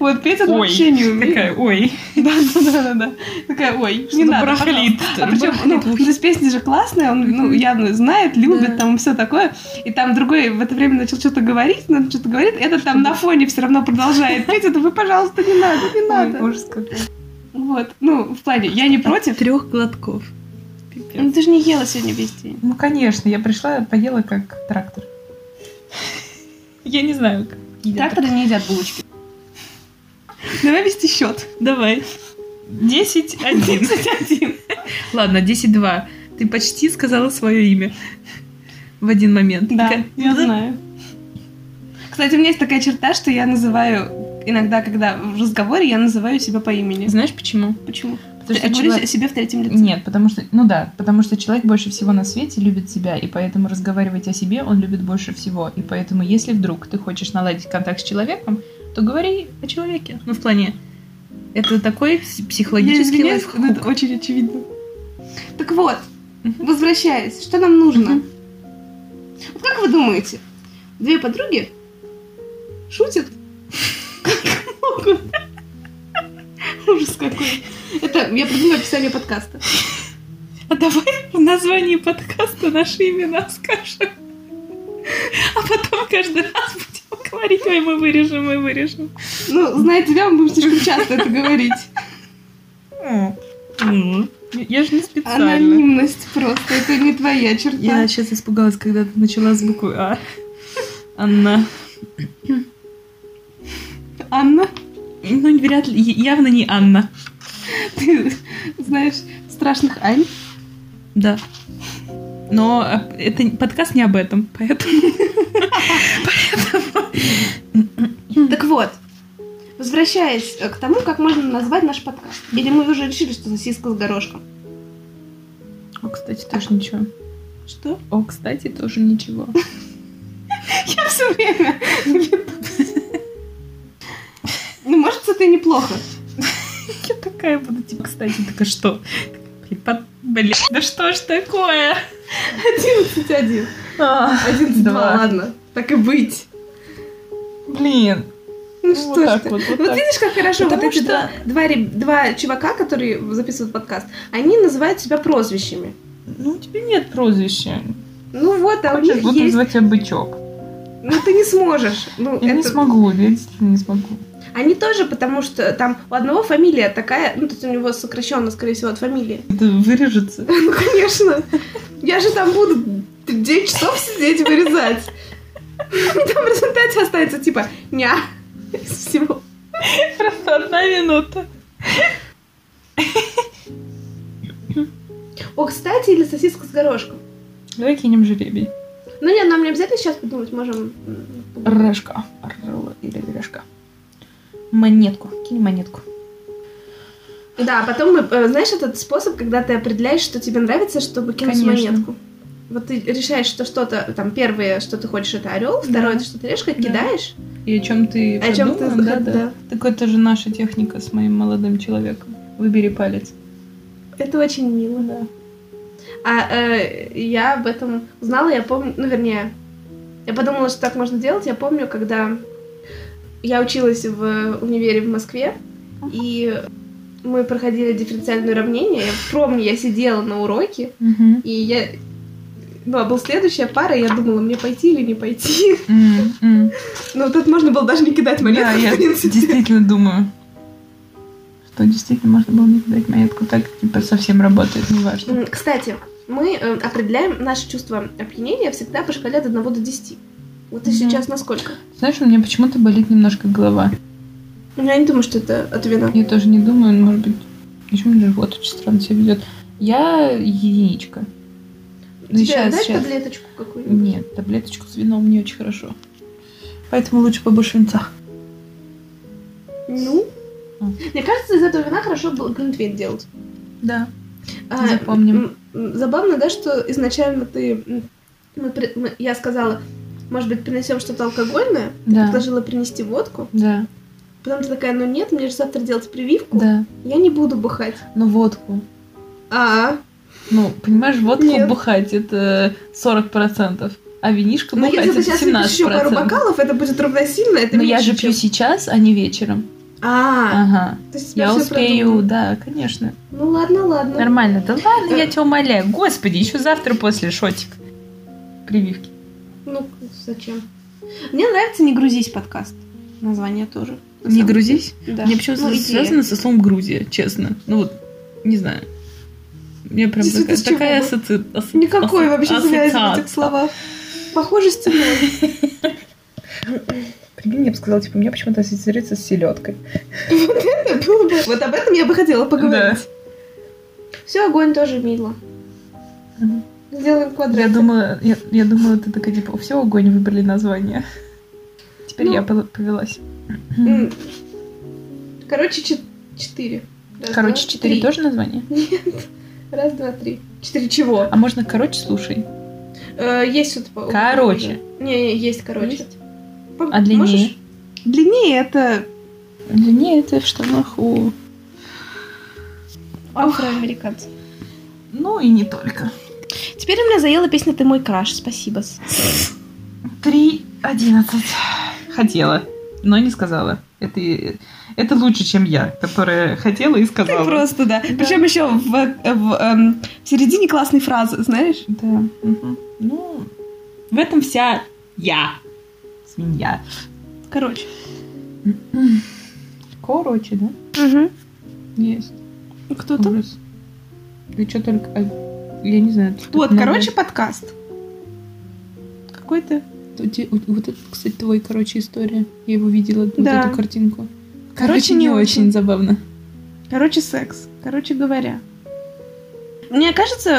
S1: Вот петь это
S8: Ой,
S1: вообще не умею.
S8: Такая, ой,
S1: Да, да, да, да, да. Такая, ой, не
S8: что
S1: надо. пожалуйста».
S8: барахлит.
S1: А причем, ну, ну, то есть песня же классная, он ну, явно знает, любит,
S3: Да.
S1: там все такое. И там другой в это время начал что-то говорить, но он что-то говорит, этот там на фоне все равно продолжает петь, это вы, пожалуйста, не надо, не надо. Вот, ну, в плане, я не против.
S3: Трех глотков.
S1: Ну, ты же не ела сегодня весь день.
S3: Ну, конечно, я пришла, поела как трактор.
S8: Я не знаю, как. едят
S1: Тракторы не едят булочки. Давай вести счет.
S8: так. Давай. 10-1.
S1: 31.
S8: Ладно, 10-2. Ты почти сказала свое имя. В один момент.
S1: Да,
S8: Такая,
S1: я знаю. Кстати, у меня есть такая черта, что я называю иногда, когда в разговоре, я называю себя по имени.
S8: Знаешь почему?
S1: Почему?
S3: Потому
S1: Ты
S3: что
S1: говоришь
S3: человек-
S1: о себе в третьем лице.
S3: Нет, потому что, ну да, потому что человек больше всего на свете любит себя, и поэтому разговаривать о себе он любит больше всего. И поэтому, если вдруг ты хочешь наладить контакт с человеком, то говори о человеке. Ну, в плане, это такой пс- психологический
S1: Я извиняюсь,
S3: лайфхак.
S1: но это очень очевидно. Так вот, возвращаясь, что нам нужно? Вот как вы думаете, две подруги шутят? Как могут? Ужас какой. Это я придумала описание подкаста.
S8: А давай в названии подкаста наши имена скажем. А потом каждый раз будем говорить, ой, мы вырежем, мы вырежем.
S1: Ну, зная тебя, мы будем слишком часто это говорить.
S8: Ну, Я же не специально.
S1: Анонимность просто, это не твоя черта.
S8: сейчас испугалась, когда ты начала с буквы А. Анна.
S1: Анна,
S8: Ну, вряд ли, явно не Анна.
S1: ты знаешь страшных Ань.
S8: Да. Но а, это не- подкаст не об этом, поэтому...
S1: Так вот, возвращаясь э, к тому, как можно назвать наш подкаст. Или мы уже решили, что сосиска с горошком.
S3: О, кстати, тоже ничего.
S1: Что?
S3: О, кстати, тоже ничего.
S1: Я все время Ну, может, это и неплохо.
S8: Я такая буду, типа, кстати, такая что? Блин,
S3: Типа,
S8: под- Блин, да что ж такое?
S1: 11-1. 11-2,
S3: Два.
S1: ладно. Так и быть.
S3: Блин.
S1: Ну
S3: Вот
S1: что ж
S3: так
S1: ты.
S3: вот, вот
S1: Вот
S3: так.
S1: видишь, как хорошо,
S3: Потому
S1: вот эти
S3: что-
S1: два, два реб- два чувака, которые записывают подкаст, они называют себя прозвищами.
S3: Ну, у тебя нет прозвища.
S1: Ну вот, а у
S3: Хочешь,
S1: них
S3: буду
S1: есть.
S3: называть тебя бычок.
S1: Ну ты не сможешь. Ну,
S3: Я не
S1: это-
S3: смогу, я действительно не смогу.
S1: Они тоже, потому что там у одного фамилия такая, ну, то есть у него сокращенно, скорее всего, от фамилии.
S3: Это вырежется.
S1: Ну, конечно. Я же там буду 9 часов сидеть вырезать. И там в результате останется типа ня из всего.
S7: Просто одна минута.
S1: О, кстати, или сосиска с горошком.
S3: Давай кинем жеребий.
S1: Ну нет, нам не обязательно сейчас подумать, можем... м, погуглить.
S3: Рыжка. Р- Или рыжка. Монетку. Кинь монетку.
S1: Да, потом мы, э, знаешь, этот способ, когда ты определяешь, что тебе нравится, чтобы кинуть
S3: Конечно.
S1: монетку. Вот ты решаешь, что что-то, там, первое, что ты хочешь, это орел, второе, это что-то решка, кидаешь,
S3: И о чем ты
S1: о чем ты...
S3: подумал, да, да.
S1: да.
S3: Так это же наша техника с моим молодым человеком. Выбери палец.
S1: Это очень мило, да. А э, я об этом узнала, я помню, ну, вернее, я подумала, что так можно делать. Я помню, когда я училась в универе в Москве, и мы проходили дифференциальное уравнение. Я помню, я сидела на уроке,
S3: Мгм.
S1: и я... Ну, а был следующая пара, и я думала, мне пойти или не пойти.
S3: М, м.
S1: Но тут можно было даже не кидать монетку,
S3: Да, я
S1: в принципе.
S3: действительно думаю, что действительно можно было не кидать монетку. Так типа совсем работает, неважно.
S1: М, Кстати, мы э, определяем наше чувство опьянения всегда по шкале от 1 до 10. Вот ты
S3: Мгм.
S1: сейчас насколько?
S3: Знаешь, у меня почему-то болит немножко голова.
S1: Ну, Я не думаю, что это от вина.
S3: Я тоже не думаю, ну, может быть, почему мне живот очень странно себя ведет. Я единичка. Ну,
S1: Тебе
S3: щас,
S1: дать
S3: щас.
S1: таблеточку какую-нибудь?
S3: Нет, таблеточку с вином не очень хорошо. Поэтому лучше побольше винца.
S1: Ну?
S3: М.
S1: Мне кажется, из этого вина хорошо было глинтвейн делать. А,
S3: Да. Запомним.
S1: м, м, Забавно, да, что изначально ты... м, мы при- мы- я сказала, может быть, принесем что-то алкогольное,
S3: Да.
S1: предложила принести водку,
S3: Да.
S1: потом ты такая, ну нет, мне же завтра делать прививку,
S3: Да.
S1: я не буду бухать.
S3: Ну, водку.
S1: А,
S3: Ну, понимаешь, водку
S1: Нет.
S3: бухать это 40%, а винишко
S1: ну
S3: бухать
S1: если
S3: это
S1: ты сейчас
S3: 17%.
S1: выпьешь еще пару бокалов, это будет равносильно, это
S3: Но я
S1: меньше,
S3: же
S1: чем-
S3: пью сейчас, а не вечером.
S1: А,
S3: Ага.
S1: то есть у тебя
S3: Я
S1: всё
S3: успею,
S1: продумано.
S3: да, конечно.
S1: Ну ладно, ладно.
S3: Нормально. Да ладно, я тебя умоляю. Господи, еще завтра после шотик. Прививки.
S1: Ну зачем?
S6: Мне нравится «Не грузись» подкаст. Название тоже. на
S3: Не
S6: самом
S3: грузись.
S6: деле. Да.
S3: Мне почему-то
S6: Ну, идея.
S3: связано со словом Грузия, честно. Ну вот, не знаю. Мне прям
S1: Действительно,
S3: такая,
S1: с чего
S3: такая
S1: бы?
S3: асоци... асо-
S1: Никакой
S3: асо-
S1: вообще связи в этих словах. Похожести ноль.
S3: Прикинь, я бы сказала, типа, у меня почему-то ассоциируется с селедкой.
S1: Это было бы- Вот об этом я бы хотела поговорить. Все, огонь тоже мило.
S3: Мгм.
S1: Сделаем
S3: Я
S1: квадрат.
S3: думала, я, я думала, ты такая, типа, все, огонь, выбрали название. Теперь
S1: Ну.
S3: я пол- повелась.
S1: М. Короче, чет- четыре. Раз,
S3: Короче,
S1: два,
S3: четыре
S1: три.
S3: тоже название?
S1: Нет. Раз, два, три. Четыре чего?
S3: А можно, короче, слушай.
S1: Э, Есть что-то... по-
S3: Короче.
S1: Не, не, есть короче.
S3: Есть?
S1: Пом-
S3: А длиннее?
S1: можешь?
S6: Длиннее это
S3: Длиннее это в штанах у...
S6: афроамериканцы.
S3: Ну и не только.
S6: Теперь у меня заела песня «Ты мой краш». Спасибо.
S3: Три одиннадцать. Хотела, но не сказала. Это, это лучше, чем я, которая хотела и сказала.
S6: Просто, да. Причем еще в, в, эм, в середине классной фразы, знаешь?
S3: Да. мгм. Ну, в этом вся я. Свинья.
S6: Короче.
S3: Короче, да? Есть.
S6: Кто-то.
S3: Ужас. И что только... а, Я не знаю. тут
S6: Вот,
S3: много.
S6: короче, подкаст. Какой-то.
S3: У те- у- Вот это, кстати, твой, короче, история. Я его видела,
S6: Да.
S3: вот эту картинку.
S6: Короче, не очень.
S3: забавно.
S6: Короче, секс. Короче говоря. Мне кажется,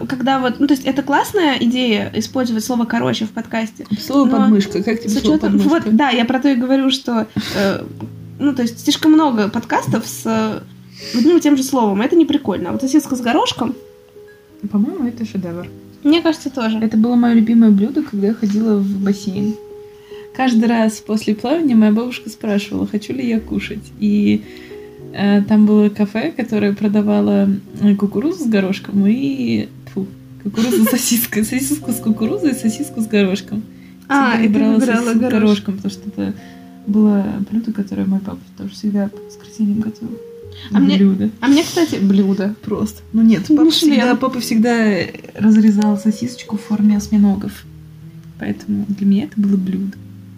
S6: э, когда вот... Ну, то есть это классная идея использовать слово «короче» в подкасте.
S3: Слово
S6: Но
S3: подмышка. Как тебе
S6: С
S3: слово
S6: учетом...
S3: подмышка?
S6: Вот, да, я про то и говорю, что... э, ну, то есть слишком много подкастов с э, одним и тем же словом. Это не прикольно. А вот сосиска с горошком,
S3: По-моему, это шедевр.
S6: мне кажется, тоже.
S3: Это было мое любимое блюдо, когда я ходила в бассейн. Каждый раз после плавания моя бабушка спрашивала, хочу ли я кушать. И э, там было кафе, которое продавало э, кукурузу с горошком и... Фу, кукурузу с сосиской. Сосиску с кукурузой и сосиску с горошком.
S6: А,
S3: Всегда
S6: и ты выбирала
S3: сосиску с
S6: горошек.
S3: горошком, потому что это было блюдо, которое мой папа тоже всегда по воскресеньям готовил.
S6: А мне-
S3: блюдо.
S6: А мне, кстати, блюдо.
S3: Просто. Ну нет, папа,
S6: Мишлен.
S3: всегда, папа всегда разрезал сосисочку в форме осьминогов. Поэтому для меня это было блюдо.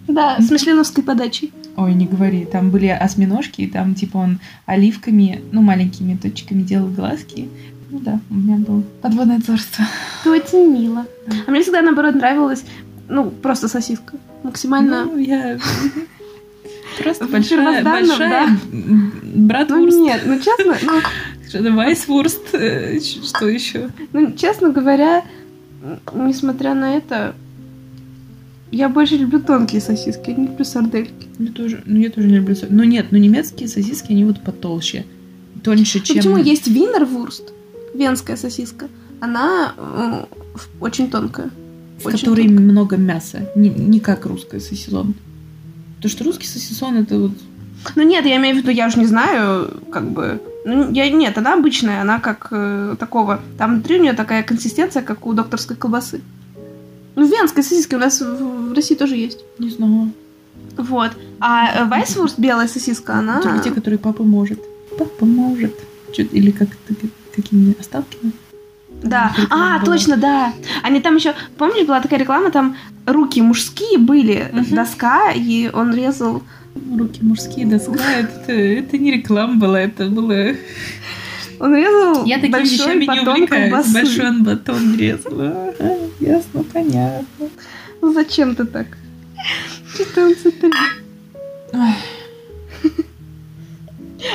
S6: Да, с мишленовской подачей.
S3: Ой, не говори, там были осьминожки, и там типа он оливками, ну маленькими точками делал глазки. Ну да, у меня было подводное царство.
S6: Очень мило. А мне всегда, наоборот, нравилась, ну, просто сосиска.
S1: максимально...
S3: Ну, я просто
S1: В
S3: большая,
S1: первозданном,
S3: большая
S1: да.
S3: м,
S1: Ну
S3: братвурст.
S1: нет, ну честно, ну,
S3: Что-то Вайсвурст, э, ч- что еще?
S1: ну, честно говоря, м, несмотря на это, я больше люблю тонкие
S6: а
S1: сосиски, я не люблю сардельки.
S3: Ну, тоже, ну, я тоже не люблю сосиски. Ну, нет, ну, немецкие сосиски, они вот потолще. Тоньше,
S1: Ну,
S3: чем...
S1: Почему есть винервурст, венская сосиска, она э, в- очень тонкая.
S3: в
S1: очень
S3: которой
S1: тонко.
S3: много мяса. Не, не как русское сосисон. То, что русский сосисон, это вот...
S1: Ну нет, я имею в виду, я уже не знаю, как бы. Ну, я, нет, она обычная, она как э, такого. Там внутри у нее такая консистенция, как у докторской колбасы. Ну, венская сосиска у нас в, в России тоже есть.
S3: Не знаю.
S1: Вот. А э, Вайсвурст, белая сосиска, она...
S3: Только те, которые папа может. Папа может. Чё- или как какими Оставкина?
S1: Да.
S3: Там реклама
S1: А,
S3: была.
S1: точно, да. Они там еще, помнишь, была такая реклама, там руки мужские были,
S3: Мгм.
S1: доска, и он резал.
S3: Руки мужские, доска. Это, это не реклама была, это было...
S1: Он резал
S3: Я такими
S1: Ну, большой
S3: вещами не
S1: батон
S3: увлекаюсь.
S1: колбасы.
S3: Большой батон резала. А, ясно, понятно.
S1: Ну, зачем ты так? 14.3.
S3: Ой,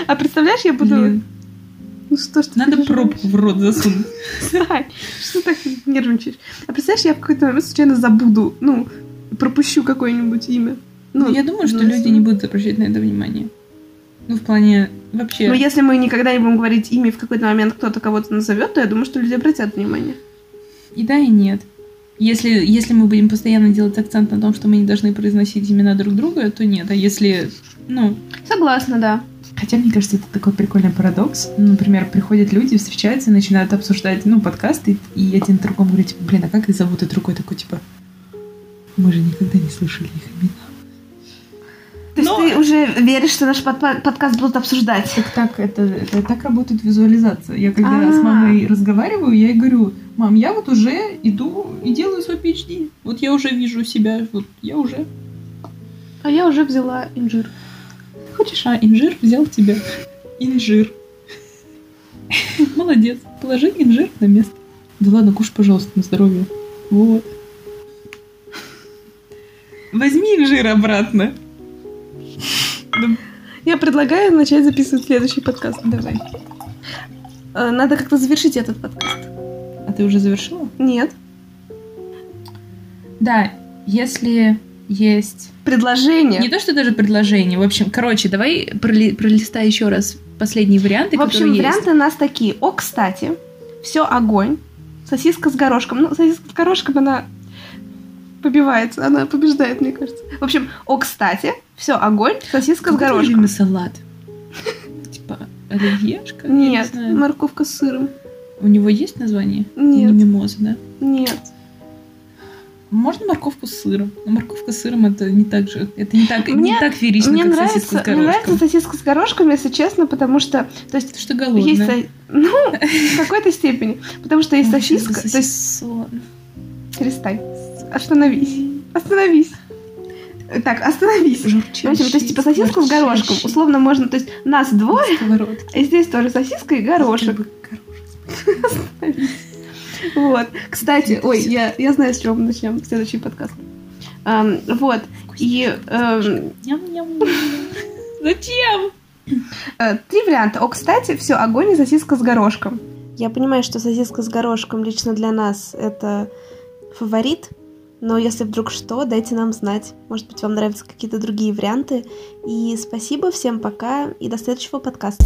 S1: А представляешь, я буду...
S3: блин.
S1: Ну что ж ты
S3: Надо
S1: переживаешь?
S3: пробку в рот засунуть.
S1: Ай, Что ты так нервничаешь? А представляешь, я в какой-то момент случайно забуду, ну, пропущу какое-нибудь имя.
S3: Ну, я думаю, что
S1: ну,
S3: люди
S1: если-
S3: не будут обращать на это внимание. Ну, в плане вообще...
S1: Но ну, если мы никогда не будем говорить имя, и в какой-то момент кто-то кого-то назовет, то я думаю, что люди обратят внимание.
S3: И да, и нет. Если, если мы будем постоянно делать акцент на том, что мы не должны произносить имена друг друга, то нет. А если, ну...
S1: Согласна, да.
S7: Хотя, мне кажется, это такой прикольный парадокс. Ну, Например, приходят люди, встречаются, начинают обсуждать, ну, подкасты, и один другому говорит, типа, блин, а как их зовут? И другой такой, типа, мы же никогда не слышали их имена.
S1: То есть
S3: Но-
S1: ты уже веришь, что наш подпа- подкаст будут обсуждать?
S7: Так, так, это, это так работает визуализация. Я когда
S1: А.
S7: с мамой разговариваю, я ей говорю, мам, я вот уже иду и делаю свой PhD.
S3: Вот я уже вижу себя, вот я уже...
S1: А я уже взяла инжир.
S3: Хочешь, а инжир взял тебя. Инжир. Молодец. Положи инжир на место. Да ладно, кушай, пожалуйста, на здоровье. Вот. Возьми инжир обратно.
S1: Я предлагаю начать записывать следующий подкаст.
S3: Давай.
S1: Э, Надо как-то завершить этот подкаст.
S3: А ты уже завершила?
S1: Нет.
S3: Да, если есть...
S1: Предложение.
S3: Не то, что даже предложение. В общем, короче, давай проли- пролистай еще раз последние варианты,
S1: В общем,
S3: которые
S1: варианты у нас такие. О, кстати, все огонь. Сосиска с горошком. Ну, сосиска с горошком, она побивается, она побеждает, мне кажется. В общем, о, кстати, все огонь, сосиска с
S3: есть. Какой
S1: горошком.
S3: любимый салат? Типа оливьешка? Я не
S1: Нет,
S3: знаю.
S1: морковка с сыром.
S3: У него есть название? Не
S1: Нет,
S3: мимоза, да?
S1: нет.
S3: Можно морковку с сыром? Но морковка с сыром это не так же, это не так,
S1: Мне-
S3: не так феерично,
S1: Мне
S3: как сосиска
S1: нравится,
S3: с
S1: мне нравится
S3: горошком.
S1: сосиска с горошком, если честно, потому что, то есть,
S3: Ты что голодная?
S1: есть, со- ну, в какой-то степени, потому что есть
S3: Ой,
S1: сосиска,
S3: сейчас бы
S1: то есть,
S3: сосисон.
S1: перестань, остановись, остановись. Так, остановись. В общем, то есть, типа, сосиска с горошком.
S3: Журчащий.
S1: Условно можно, то есть, нас двое,
S3: Сковородки.
S1: и здесь тоже сосиска и
S3: Как
S1: горошек.
S3: бы горошек.
S1: Вот. Кстати, ой,
S3: Всё.
S1: я, я знаю, с чего мы начнем следующий подкаст. Ам, вот. И эм,
S3: Ням-ням. Зачем?
S1: э, три варианта. О, кстати, все, огонь и сосиска с горошком. Я понимаю, что сосиска с горошком лично для нас это фаворит, но если вдруг что, дайте нам знать. Может быть, вам нравятся какие-то другие варианты. И спасибо, всем пока и до следующего подкаста.